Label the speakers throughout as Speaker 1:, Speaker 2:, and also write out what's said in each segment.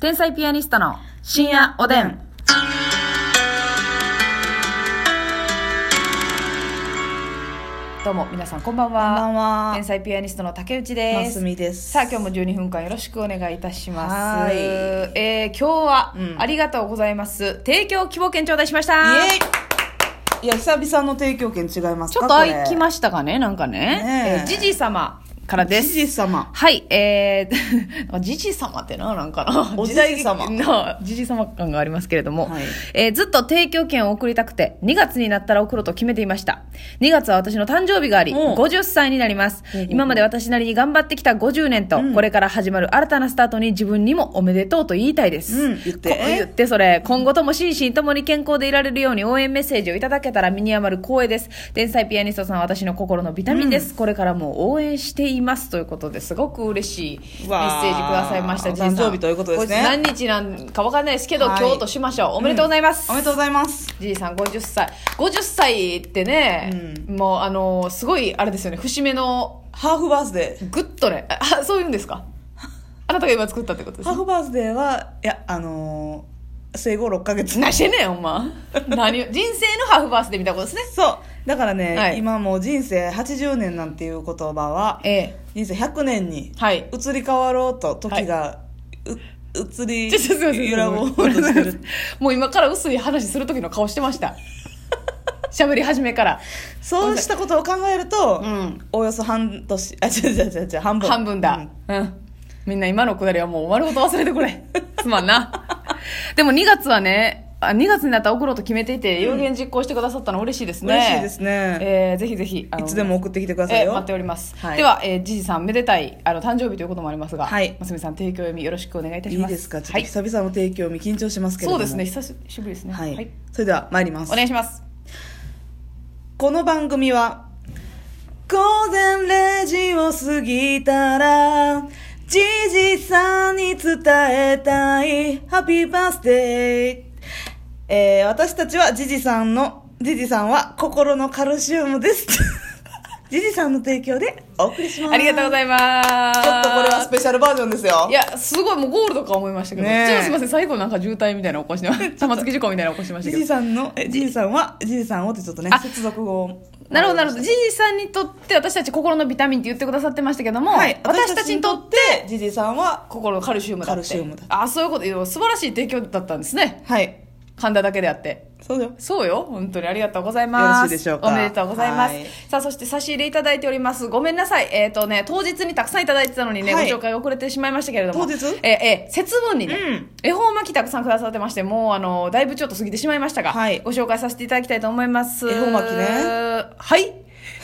Speaker 1: 天才ピアニストの深夜おでん。どうも皆さんこんばんは。
Speaker 2: こんばんは
Speaker 1: 天才ピアニストの竹内
Speaker 2: ま
Speaker 1: ですす。
Speaker 2: みです。
Speaker 1: さあ今日も12分間よろしくお願いいたしま
Speaker 2: は
Speaker 1: す。
Speaker 2: い
Speaker 1: えー、今日は、
Speaker 2: うん
Speaker 1: ありがとうございます。提供希望券頂戴しました。
Speaker 2: イエイいや、久々の提供券違います
Speaker 1: ち
Speaker 2: か
Speaker 1: ょっと開き
Speaker 2: し
Speaker 1: ましたかねなんか
Speaker 2: ね
Speaker 1: ね。
Speaker 2: え
Speaker 1: じじ様から
Speaker 2: で。
Speaker 1: ですす。
Speaker 2: じじ様。
Speaker 1: はい、えー、じじ様ってな、なんかな。
Speaker 2: おじじ様
Speaker 1: の、じじ様感がありますけれども、
Speaker 2: はい
Speaker 1: えーずっと提供券を送りたくて、2月になったら送ろうと決めていました。2月は私の誕生日があり、
Speaker 2: うん
Speaker 1: 50歳になります
Speaker 2: うんうんう。ん
Speaker 1: 今まで私なりに頑張ってきた50年と、これから始まる新たなスタートに自分にもおめでとうと言いたいです。
Speaker 2: うん言って
Speaker 1: こ言って、それ。今後とも心身ともに健康でいられるように応援メッセージをいただけたら身に余る光栄です。天才ピアニストさん、私の心のビタミンです。これからも応援しています。ということですごく嬉しいメッセ
Speaker 2: わ
Speaker 1: ージ
Speaker 2: あ
Speaker 1: くださいました。
Speaker 2: お
Speaker 1: じいさん
Speaker 2: 誕生日ということです
Speaker 1: こ
Speaker 2: ね
Speaker 1: いつ何日なんかわかんないですけど、
Speaker 2: はい
Speaker 1: 今日としましょう。おめでとうございます。
Speaker 2: おめでとうございます。
Speaker 1: じいさん50歳50歳ってね、もうあのすごいあれですよね節目の
Speaker 2: ハーフバースデー。
Speaker 1: グッとねあそういうんですかあなたが今作ったってことです
Speaker 2: ハー
Speaker 1: ね
Speaker 2: フバースデーは、いや、あのー、生後6ヶ月。
Speaker 1: 何してんねんほんま何を人生のハーフバースデーみたいなことですね
Speaker 2: そう。だからね、
Speaker 1: はい
Speaker 2: 今もう人生80年なんていう言葉は、
Speaker 1: ええ
Speaker 2: 人生100年に
Speaker 1: はい
Speaker 2: 移り変わろうと、時が、う移り
Speaker 1: ちょちょすいません
Speaker 2: 揺らごうとしてる。
Speaker 1: もう今から薄い話する時の顔してました喋り始めから
Speaker 2: そうしたことを考えると、
Speaker 1: うん
Speaker 2: おおよそ半年、 あ、違う違う違う違う、半分。
Speaker 1: 半分だ、うんみんな今のくだりはもう丸ごと忘れてくれすまんなでも2月はねあ2月になったら送ろうと決めていて有言実行してくださったの嬉しいですね
Speaker 2: 嬉しいですね
Speaker 1: えーぜひぜひあ
Speaker 2: い
Speaker 1: の
Speaker 2: つでも送ってきてください
Speaker 1: えー
Speaker 2: よ。
Speaker 1: 待っております、
Speaker 2: はい
Speaker 1: では、えー、じじさんめでたいあの誕生日ということもありますが、
Speaker 2: はい
Speaker 1: ますみさん提供読みよろしくお願いいたし
Speaker 2: い
Speaker 1: ま
Speaker 2: い
Speaker 1: す
Speaker 2: ですか、ちょっ
Speaker 1: は
Speaker 2: と
Speaker 1: い、
Speaker 2: 久々の提供に緊張しますけれど
Speaker 1: そう
Speaker 2: も。
Speaker 1: ですね。久しぶりですね
Speaker 2: はい。それでは参りま
Speaker 1: お
Speaker 2: す。
Speaker 1: 願いします
Speaker 2: この番組は、午前0時を過ぎたら、じじさんに伝えたい、ハッピーバースデー。えー、私たちはじじさんの、じじさんは心のカルシウムです。 じじさんの提供でお送りします。
Speaker 1: ありがとうご
Speaker 2: い
Speaker 1: ざいます
Speaker 2: ちょっとこれはスペシャルバージョンですよ。
Speaker 1: いや、すごい、もうゴールドか思いましたけど、
Speaker 2: ねえ
Speaker 1: ちょっとすみません、最後なんか渋滞みたいなの起こしてま玉突き事故みたいなの起こしてました
Speaker 2: じ
Speaker 1: け
Speaker 2: じ
Speaker 1: ど。
Speaker 2: さんの、えじじさんは、じじさんをってちょっとね
Speaker 1: あ、
Speaker 2: 接続語を。
Speaker 1: なるほど、なるほど。じいさんにとって、私たち心のビタミンって言ってくださってましたけども、
Speaker 2: はい、
Speaker 1: 私たちにとって、
Speaker 2: て、じじさんは、
Speaker 1: 心のカルシウムだって。
Speaker 2: カルシウムだ
Speaker 1: あ、そういうこといや、素晴らしい提供だったんですね。
Speaker 2: はい、
Speaker 1: 神田だけであって。
Speaker 2: そうだよ。
Speaker 1: そうよ。本当にありがとうございます。
Speaker 2: よろしいでしょうか
Speaker 1: おめでとうございます。
Speaker 2: はい
Speaker 1: さあ、そして差し入れいただいております。ごめんなさい。えっ、とね、当日にたくさんいただいてたのにね、
Speaker 2: はい
Speaker 1: ご紹介遅れてしまいましたけれども。
Speaker 2: 当日
Speaker 1: えーえー節分にね、
Speaker 2: うん
Speaker 1: 恵方巻きたくさんくださってまして、もうあの、だいぶちょっと過ぎてしまいましたが、
Speaker 2: はい
Speaker 1: ご紹介させていただきたいと思います。
Speaker 2: 恵方巻きね
Speaker 1: はい。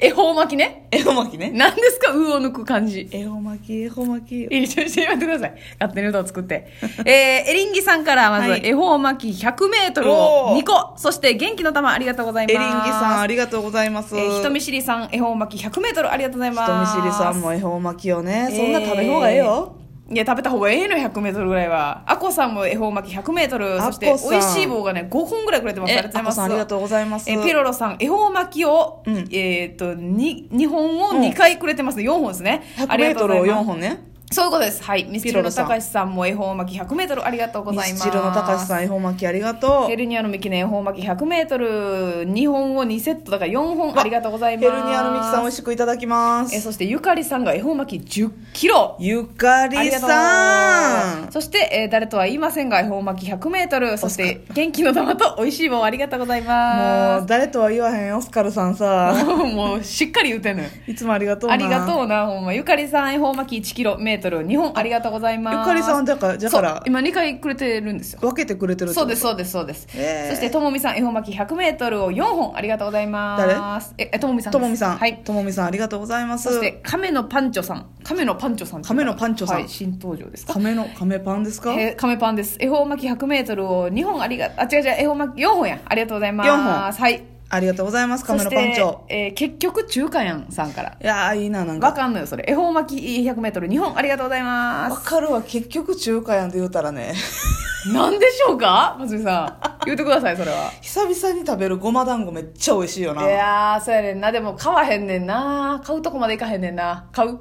Speaker 1: 恵方巻きね。
Speaker 2: 恵方巻きね。
Speaker 1: 何ですか、うを抜く感じ。
Speaker 2: 恵方巻き、恵方巻き。
Speaker 1: いいちょいちょい待ってください。勝手に歌を作って。えー、エリンギさんからまず、
Speaker 2: はい
Speaker 1: 恵方巻き100メートルを
Speaker 2: おー
Speaker 1: 2個、そして元気の玉ありがとうござい
Speaker 2: エ
Speaker 1: ま
Speaker 2: リ
Speaker 1: す。
Speaker 2: ンギさん、あ
Speaker 1: ん。
Speaker 2: りがとうございます。
Speaker 1: えー、人見知りさん、恵方巻き100メートルありがとうござい
Speaker 2: 人見
Speaker 1: ます。
Speaker 2: 知りさんも恵方巻きをね、そんな食べ方がええよ。
Speaker 1: えー。いや、食べた方がええの、100メートルぐらいは。あこさんも恵方巻き100メートル、そして、
Speaker 2: あこさん
Speaker 1: 美味しい棒がね、5本ぐらいくれてます。ありがとうございます。
Speaker 2: あこさんありがとうございます
Speaker 1: えー、ピロロさん、恵方巻きを、
Speaker 2: うん
Speaker 1: えーっと、に、2本を2回くれてます。4本ですね。あ
Speaker 2: 100
Speaker 1: り
Speaker 2: メ
Speaker 1: が
Speaker 2: ー
Speaker 1: とう
Speaker 2: ト
Speaker 1: ござ
Speaker 2: ル
Speaker 1: います
Speaker 2: を4本ね。
Speaker 1: そういうことです。はい。ミスチル
Speaker 2: ピロ
Speaker 1: の
Speaker 2: ロさん
Speaker 1: 高橋さんも恵方巻き100メートルありがとうございます。
Speaker 2: ミスチルの高橋さん、恵方巻きありがとう。
Speaker 1: ヘルニアのミキの恵方巻き100メートル、2本を2セットだから4本ありがとうございます。
Speaker 2: ヘルニアのミキさん、美味しくいただきま
Speaker 1: え、
Speaker 2: す。
Speaker 1: そしてゆかりさんが恵方巻き10キロ。
Speaker 2: ゆか
Speaker 1: あ
Speaker 2: り
Speaker 1: りがとうござい
Speaker 2: さ
Speaker 1: ます
Speaker 2: ん。
Speaker 1: そして、えー誰とは言いませんが、恵方巻き100メートル、そして、元気の玉と美味しい棒ありがとうござい
Speaker 2: も
Speaker 1: ま
Speaker 2: う、誰とは言わへん、オスカルさん
Speaker 1: す。
Speaker 2: さ。
Speaker 1: もう、もうしっかり言うてんのよ。
Speaker 2: いつもありがとうな。
Speaker 1: ありがとうな、ほんま。ゆかりさん、恵方巻き1キロメートル、2本ありがとうございます。
Speaker 2: ゆかりさん、だから、だ
Speaker 1: そ
Speaker 2: か
Speaker 1: う
Speaker 2: ら、
Speaker 1: 今2回くれてるんですよ。
Speaker 2: 分けてくれてるって
Speaker 1: そう
Speaker 2: こと
Speaker 1: ですそうですそうです、
Speaker 2: えー
Speaker 1: そしてともみさん恵方巻き 100m を4本ありがとうございます誰ええともみさんです
Speaker 2: ともみさん、
Speaker 1: はい
Speaker 2: ともみさんありがとうございます
Speaker 1: そして亀のパンチョさん亀のパンチョさんっていう方
Speaker 2: 亀のパンチョさん
Speaker 1: はい新登場ですか
Speaker 2: 亀の亀パンですか
Speaker 1: えー亀パンです恵方巻き 100m を2本ありがあ違う違う恵方巻き4本やありがとうございます
Speaker 2: 四本
Speaker 1: はい
Speaker 2: ありがとうございます亀のパンチ
Speaker 1: そ
Speaker 2: ョ
Speaker 1: して、えー結局中華やんさんから
Speaker 2: いやーいいななんか
Speaker 1: わかんのよそれ恵方巻き 100m2 本ありがとうございま
Speaker 2: わ
Speaker 1: す
Speaker 2: かるわ結局中華やんって言うたらね
Speaker 1: なんでしょうかますみさん言ってくださいそれは
Speaker 2: 久々に食べるごま団子めっちゃ美味しいよない
Speaker 1: やーそうやねんなでも買わへんねんな買うとこまでいかへんねんな買う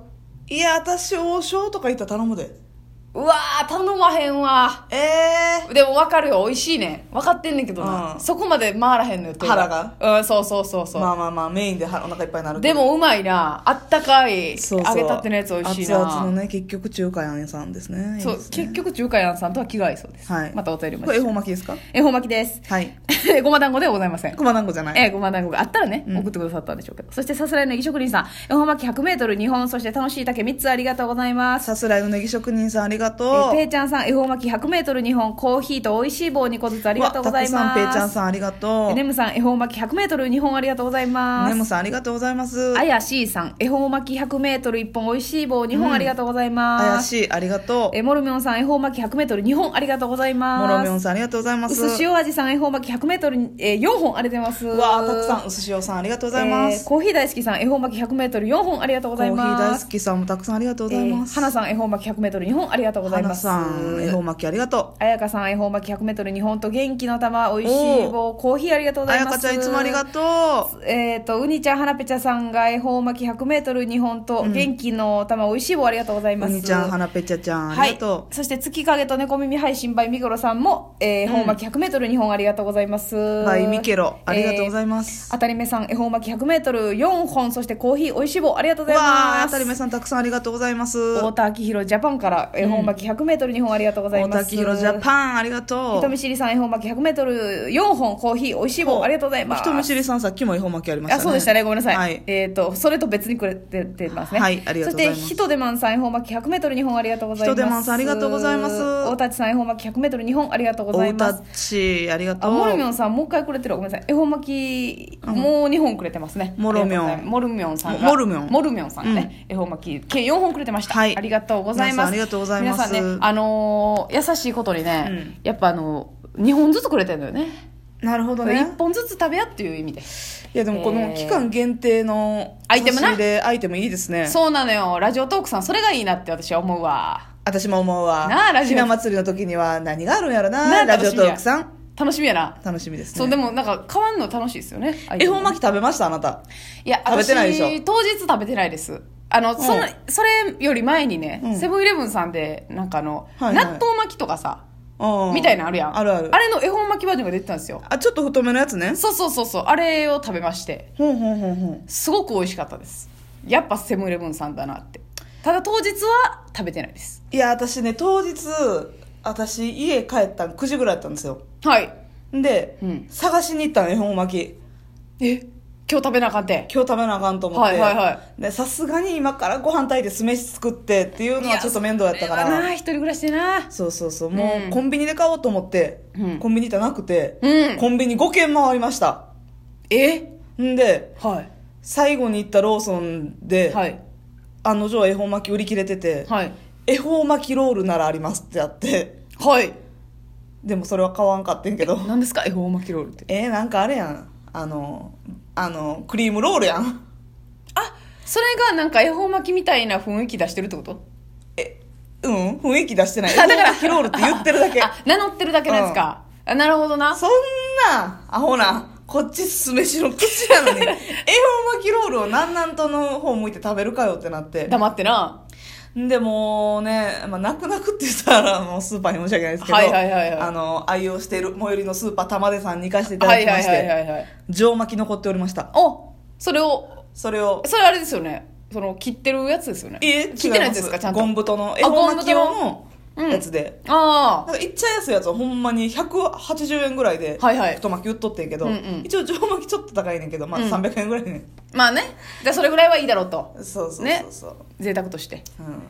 Speaker 2: いや私王将とか行ったら頼むで
Speaker 1: ううわー頼まへんわ
Speaker 2: ええ
Speaker 1: でも分かるよ美味しいね分かってんねんけどな、
Speaker 2: うん
Speaker 1: そこまで回らへんのよ手
Speaker 2: 腹が
Speaker 1: うんそうそうそうそう、
Speaker 2: まあまあまあメインで腹お腹いっぱいになるけ
Speaker 1: で
Speaker 2: ど
Speaker 1: もうまいなあったかい
Speaker 2: そうそう
Speaker 1: 揚げたてのやつ美味しいな
Speaker 2: 熱々のね結局中華屋さんですね
Speaker 1: そう
Speaker 2: いいですね
Speaker 1: 結局中華やんさんとは気が合いそうです、
Speaker 2: はい
Speaker 1: またお便りま
Speaker 2: これ恵
Speaker 1: し
Speaker 2: 方巻きですか
Speaker 1: 恵方巻きです
Speaker 2: はい
Speaker 1: ごま団子ではございません
Speaker 2: 熊団子じゃない
Speaker 1: えー、ごま団子があったらね、
Speaker 2: うん
Speaker 1: 送ってくださったんでしょうけど。そして、さすらいのぎ職人さん、恵方巻き 100m2 本、そして楽しい竹3つありがとうございます。
Speaker 2: さすらいのネギ職人さんありが
Speaker 1: えー
Speaker 2: とう
Speaker 1: ペイちゃんさん、恵方巻き 100m2 本、コーヒーと美味しい棒2個ずつありがとうございます。
Speaker 2: わたくさんペイちゃんさんありがと
Speaker 1: え
Speaker 2: う
Speaker 1: ーネムさん、恵方巻き 100m2 本ありがとうございます。
Speaker 2: ネムさんありがとうございます
Speaker 1: あやしーさん、恵方巻き 100m1 本、美味しい棒2
Speaker 2: う
Speaker 1: 本
Speaker 2: ん
Speaker 1: ありがとうございます。
Speaker 2: 怪しいありがとう
Speaker 1: えーモルミョンさん、恵方巻き 100m2 本ありがとうございます。
Speaker 2: モロミョンさんありがとうございます
Speaker 1: うす塩味さん、恵方巻き 100m4、えー、4本ありがとうございます。
Speaker 2: うわーたくさんうすしおさんありがとうございます、
Speaker 1: えーコーヒー大好きさん、恵方巻き 100m4 本ありがとうご
Speaker 2: コ
Speaker 1: ざい
Speaker 2: ーヒー
Speaker 1: ま
Speaker 2: 大
Speaker 1: す。
Speaker 2: 好きさんもたくさんありがとうございます、
Speaker 1: えー花さん、恵方巻き 100m2 本ありがとうございます。
Speaker 2: 花さん恵方巻きありがとう
Speaker 1: 彩香さん、恵方巻き 100m2 本と元気の玉、美味しい棒、コーヒーありがとうご
Speaker 2: あ
Speaker 1: ざい
Speaker 2: や
Speaker 1: ま
Speaker 2: か
Speaker 1: す。
Speaker 2: ちゃんいつもありが
Speaker 1: う。
Speaker 2: とう
Speaker 1: えっ、と、うにちゃん、はなぺちゃさんが恵方巻き 100m2 本と元気の玉、美味しい棒ありがとうございま
Speaker 2: う
Speaker 1: す。
Speaker 2: にちゃんはなぺちゃちゃんありがと
Speaker 1: はい、そして月影と猫耳配信バイミクロさんも、えー、恵方巻き 100m2 本ありがとうございます、
Speaker 2: う、バイミケロありがとうござい
Speaker 1: ま
Speaker 2: ます、
Speaker 1: 当たり目さん恵方巻き 100m4 本そしてコーヒーおいしい棒ありがとうご
Speaker 2: う
Speaker 1: ざい
Speaker 2: わ
Speaker 1: ま
Speaker 2: あ
Speaker 1: す
Speaker 2: 当たり目さんたくさんありがとうございます
Speaker 1: 太田明宏ジャパンから恵方巻き 100m2 本ありがとうござい
Speaker 2: 大
Speaker 1: ます、
Speaker 2: 滝ひろジャパンありがとう
Speaker 1: 人見知りさん恵方巻き 100m4 本コーヒーおいしい棒ありがとうございます
Speaker 2: 人見知りさんさっきも恵方巻きありました
Speaker 1: あ
Speaker 2: ね
Speaker 1: そうでしたねごめんなさい、
Speaker 2: はい
Speaker 1: えっ、とそれと別にくれててますね
Speaker 2: はいありがとうございます
Speaker 1: そしてヒトデマンさん恵方巻き 100m2 本ありがとうございます
Speaker 2: ヒトデマンさんありがとうございます
Speaker 1: 大立さん恵方巻き 100m2 本ありがとうござい
Speaker 2: 大
Speaker 1: ま
Speaker 2: タ
Speaker 1: す
Speaker 2: ッチありがと
Speaker 1: あ
Speaker 2: う
Speaker 1: モルミョンさんもう一回くれてるごめんなさい恵方巻きもう2本くれてますね
Speaker 2: モロミョン
Speaker 1: ありがとうございますモルミョンさんが
Speaker 2: モルミョン
Speaker 1: モルミョンさんがね恵方巻き計4本くれてました
Speaker 2: はい
Speaker 1: ありがとうございま
Speaker 2: 皆さ
Speaker 1: す
Speaker 2: んありがとうございます
Speaker 1: 皆さんねあのー優しいことにねやっぱあの2本ずつくれてるんだよね
Speaker 2: なるほどね
Speaker 1: 1本ずつ食べやっていう意味で
Speaker 2: いやでもこ
Speaker 1: え
Speaker 2: の
Speaker 1: ー
Speaker 2: 期間限定の
Speaker 1: アイテムな
Speaker 2: 差し入れアイテムいいですね
Speaker 1: そうなのよラジオトークさんそれがいいなって私は思うわ
Speaker 2: 私も思うわ
Speaker 1: なあラジオ
Speaker 2: ひな祭りの時には何があるんやろ
Speaker 1: なあ
Speaker 2: なラジオトークさん
Speaker 1: 楽しみやな
Speaker 2: 楽しみですね
Speaker 1: そうでもなんか変わんの楽しいですよね
Speaker 2: 恵方巻
Speaker 1: き
Speaker 2: き食べましたあなた
Speaker 1: いや
Speaker 2: 食べてないでしょ
Speaker 1: 私当日食べてないですあの、その
Speaker 2: うん
Speaker 1: それより前にね、
Speaker 2: うん
Speaker 1: セブンイレブンさんでなんかあの、
Speaker 2: はいはい
Speaker 1: 納豆巻きとかさ
Speaker 2: うん
Speaker 1: みたいなのあるやん
Speaker 2: あるある
Speaker 1: れの恵方巻きバージョンが出てたんですよ
Speaker 2: あちょっと太めのやつね
Speaker 1: そうそうそうそうあれを食べまして
Speaker 2: ほんほんほんほん
Speaker 1: すごく美味しかったですやっぱセブンイレブンさんだなってただ当日は食べてないです
Speaker 2: いや私ね当日私家帰ったん9時ぐらいやったんですよ
Speaker 1: はい
Speaker 2: で、
Speaker 1: うん
Speaker 2: 探しに行ったの恵方巻き
Speaker 1: え今日食べなあかんて
Speaker 2: 今日食べなあかんと思って、
Speaker 1: はいはいは
Speaker 2: でさすがに今からご飯炊いて酢飯作ってっていうのはちょっと面倒やったか
Speaker 1: いやそれは
Speaker 2: ら
Speaker 1: な一人暮らしでな
Speaker 2: そうそうそうも
Speaker 1: うん
Speaker 2: うコンビニで買おうと思って、
Speaker 1: うん
Speaker 2: コンビニ行ったらなくて、
Speaker 1: うん
Speaker 2: コンビニ5軒回りました
Speaker 1: え
Speaker 2: んで
Speaker 1: はい
Speaker 2: 最後に行ったローソンで、
Speaker 1: はい
Speaker 2: 案の定恵方巻き売り切れてて、
Speaker 1: はい
Speaker 2: 恵方巻きロールならありますってあって
Speaker 1: はい
Speaker 2: でもそれは買わんかってんけど
Speaker 1: 何ですか恵方巻きロールって
Speaker 2: えー、なんかあれやんあのあのクリームロールやん
Speaker 1: あそれがなんか恵方巻きみたいな雰囲気出してるってこと
Speaker 2: えうん雰囲気出してない
Speaker 1: あだから
Speaker 2: 恵方巻きロールって言ってるだけ
Speaker 1: あ名乗ってるだけのやつか、あなるほどな
Speaker 2: そんなアホなこっち酢飯の口なの に恵方巻きロールを南南東の方向いて食べるかよってなって
Speaker 1: 黙ってな
Speaker 2: でもうね、まあ、泣く泣くって言ったらもうスーパーに申し訳ないですけど、
Speaker 1: はいはいはいはい
Speaker 2: あの愛用している最寄りのスーパー玉出さんに行かせていた
Speaker 1: は
Speaker 2: だ
Speaker 1: い
Speaker 2: きま
Speaker 1: はい
Speaker 2: して、
Speaker 1: はいはいはい
Speaker 2: 上巻き残っておりました
Speaker 1: おそれを
Speaker 2: それを
Speaker 1: それあれですよねその切ってるやつですよね
Speaker 2: え違
Speaker 1: 切ってないやつですかちゃんと
Speaker 2: ゴンブトの恵方巻き用
Speaker 1: ゴ
Speaker 2: の
Speaker 1: ンブトのうん
Speaker 2: やつで、
Speaker 1: あ
Speaker 2: なんかいっちゃいやすいやつはほんまに180円ぐらいで
Speaker 1: はいはい
Speaker 2: 太巻き売っとってんけど、
Speaker 1: うんうん
Speaker 2: 一応上巻きちょっと高いねんけど、まあ、
Speaker 1: うん
Speaker 2: 300円ぐらいね、
Speaker 1: あまあねじゃあそれぐらいはいいだろうと
Speaker 2: そうそう
Speaker 1: ね
Speaker 2: そうそう、
Speaker 1: 贅沢として
Speaker 2: うん、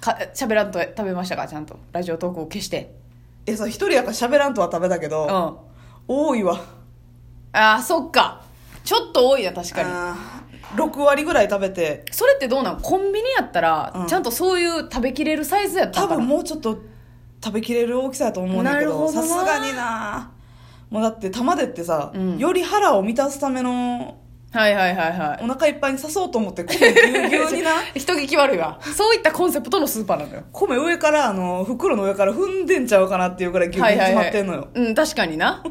Speaker 1: か喋らんと食べましたかちゃんとラジオトークを消して
Speaker 2: えそう一人やから喋らんとは食べた
Speaker 1: う
Speaker 2: けど、
Speaker 1: んあ
Speaker 2: 多いわ
Speaker 1: あーそっかちょっと多いな確かに
Speaker 2: あー6割ぐらい食べて
Speaker 1: それってどうなんコンビニやったら、
Speaker 2: うん
Speaker 1: ちゃんとそういう食べきれるサイズやった
Speaker 2: 多
Speaker 1: のかな
Speaker 2: 分もうちょっと食べきれる大きさやと思うねんだけ
Speaker 1: なるほ
Speaker 2: ど
Speaker 1: どな
Speaker 2: さすがになもうだって玉でってさ、
Speaker 1: うん
Speaker 2: より腹を満たすための
Speaker 1: はいはいはいはい
Speaker 2: お腹いっぱいに刺そうと思って米ぎゅうぎゅう にな
Speaker 1: 人聞き悪いわそういったコンセプトのスーパーなのよ
Speaker 2: 米上からあの袋の上から踏んでんちゃうかなっていうぐらいぎゅうぎゅうに詰まってんのよ、
Speaker 1: うん確かにな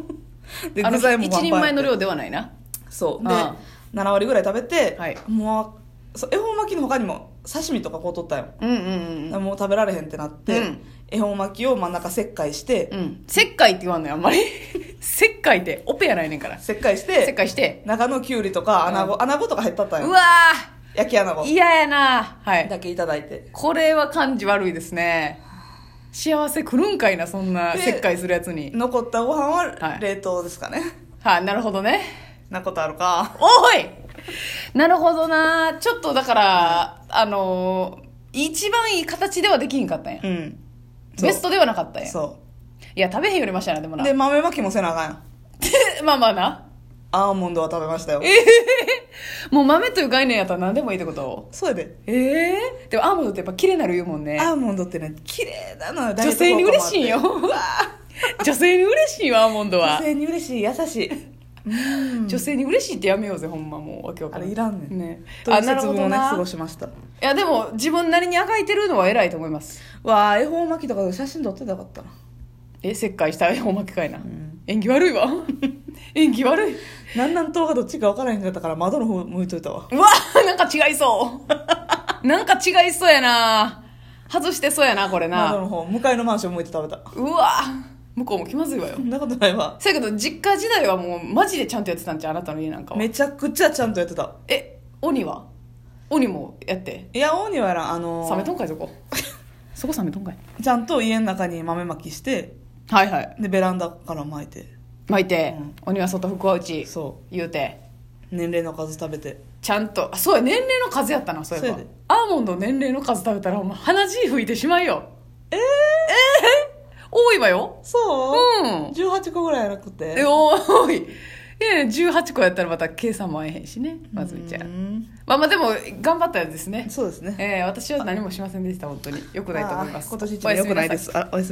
Speaker 2: で
Speaker 1: あの
Speaker 2: 具材も
Speaker 1: 一
Speaker 2: パンパン
Speaker 1: 人前の
Speaker 2: やっ
Speaker 1: 量
Speaker 2: て
Speaker 1: ではないな
Speaker 2: そうで
Speaker 1: あ
Speaker 2: 7割ぐらい食べて、
Speaker 1: はい
Speaker 2: もうそう恵方巻きの他にも刺身とかこうとったよ、
Speaker 1: うんうんうん
Speaker 2: もう食べられへんってなって、
Speaker 1: うん
Speaker 2: 恵方巻きを真ん中切開して、
Speaker 1: うん石灰って言わんのよあんまり 石灰ってオペやないねんから
Speaker 2: 切開し
Speaker 1: 石
Speaker 2: て
Speaker 1: 灰して
Speaker 2: 中のきゅうりとか穴子、穴子とか入っとったん
Speaker 1: う
Speaker 2: よ
Speaker 1: わ
Speaker 2: 焼き穴
Speaker 1: ー
Speaker 2: 子
Speaker 1: 嫌やなはい
Speaker 2: だけいただいて
Speaker 1: これは感じ悪いですね幸せくるんかいなそんな
Speaker 2: で
Speaker 1: 石灰するやつに
Speaker 2: 残ったご飯
Speaker 1: は
Speaker 2: はい冷凍ですかね、
Speaker 1: はいなるほどね
Speaker 2: なことあるか
Speaker 1: おいなるほどなちょっとだからあのー一番いい形ではできひんかったんや
Speaker 2: うんそう
Speaker 1: ベストではなかったんや
Speaker 2: そ
Speaker 1: いや食べへんよりましたなでも
Speaker 2: う
Speaker 1: な
Speaker 2: で豆まきもせなあかんやん
Speaker 1: まあまあな
Speaker 2: アーモンドは食べましたよ
Speaker 1: もう豆という概念やったら何でもいいってこと
Speaker 2: それで
Speaker 1: ええでもアーモンドってやっぱ綺麗なる言うもんね
Speaker 2: アーモンドってね綺麗なのよ
Speaker 1: 女性に嬉しいよ
Speaker 2: ダイエット効果もあっ
Speaker 1: 女性に嬉しいわアーモンド
Speaker 2: て女
Speaker 1: は
Speaker 2: 性に嬉しい優しい
Speaker 1: 女性に嬉しいってやめようぜほんまもうわけわか
Speaker 2: あ
Speaker 1: らん
Speaker 2: れいらんねん
Speaker 1: ね
Speaker 2: という
Speaker 1: なる
Speaker 2: 節
Speaker 1: ほ
Speaker 2: 分
Speaker 1: ど
Speaker 2: をね過
Speaker 1: な
Speaker 2: ごしました
Speaker 1: いやでも自分なりにあがいてるのは偉いと思います
Speaker 2: わあ恵方巻きとかで写真撮ってたかったな
Speaker 1: え切開した おまけかいな、
Speaker 2: ん
Speaker 1: 演技悪いわ 演技悪い
Speaker 2: 南南東がどっちか分からへんかったから窓の方向いといたわ
Speaker 1: うわなんか違いそう なんか違いそうやな外してそうやなこれ
Speaker 2: 窓
Speaker 1: な
Speaker 2: の方向かいのマンション向いて食べた
Speaker 1: うわ向こうも気まずいわよ
Speaker 2: そんなことないわ
Speaker 1: そやけど実家時代はもうマジでちゃんとやってたんじゃうあなたの家なんかは
Speaker 2: めちゃくちゃちゃんとやってた
Speaker 1: え鬼は鬼もやって
Speaker 2: いや王にはやらんあの
Speaker 1: 冷めとんかいそこ そこ冷めとんかい
Speaker 2: ちゃんと家の中に豆まきして
Speaker 1: はいはい
Speaker 2: でベランダから巻いて
Speaker 1: 巻いて、
Speaker 2: うん
Speaker 1: 鬼は外福は内
Speaker 2: そ
Speaker 1: 言うて
Speaker 2: う年齢の数食べて
Speaker 1: ちゃんとあそうや年齢の数やったなそういえば
Speaker 2: そうやで
Speaker 1: アーモンド年齢の数食べたらお前鼻血吹いてしまいよ
Speaker 2: えー
Speaker 1: 多いわよ
Speaker 2: そう
Speaker 1: うん
Speaker 2: 18個ぐらいやなく
Speaker 1: え
Speaker 2: て
Speaker 1: 多いいやいや18個やったらまた計算も合えへんしねまずみちゃ
Speaker 2: うんん
Speaker 1: まあまあでも頑張ったやつですね
Speaker 2: そうですね
Speaker 1: えー、私は何もしませんでした本当に良くないと思いま
Speaker 2: あ
Speaker 1: す
Speaker 2: ー今年一
Speaker 1: お
Speaker 2: 年
Speaker 1: やす
Speaker 2: 良く
Speaker 1: み
Speaker 2: な
Speaker 1: ないさ
Speaker 2: で
Speaker 1: い
Speaker 2: すあおやすみ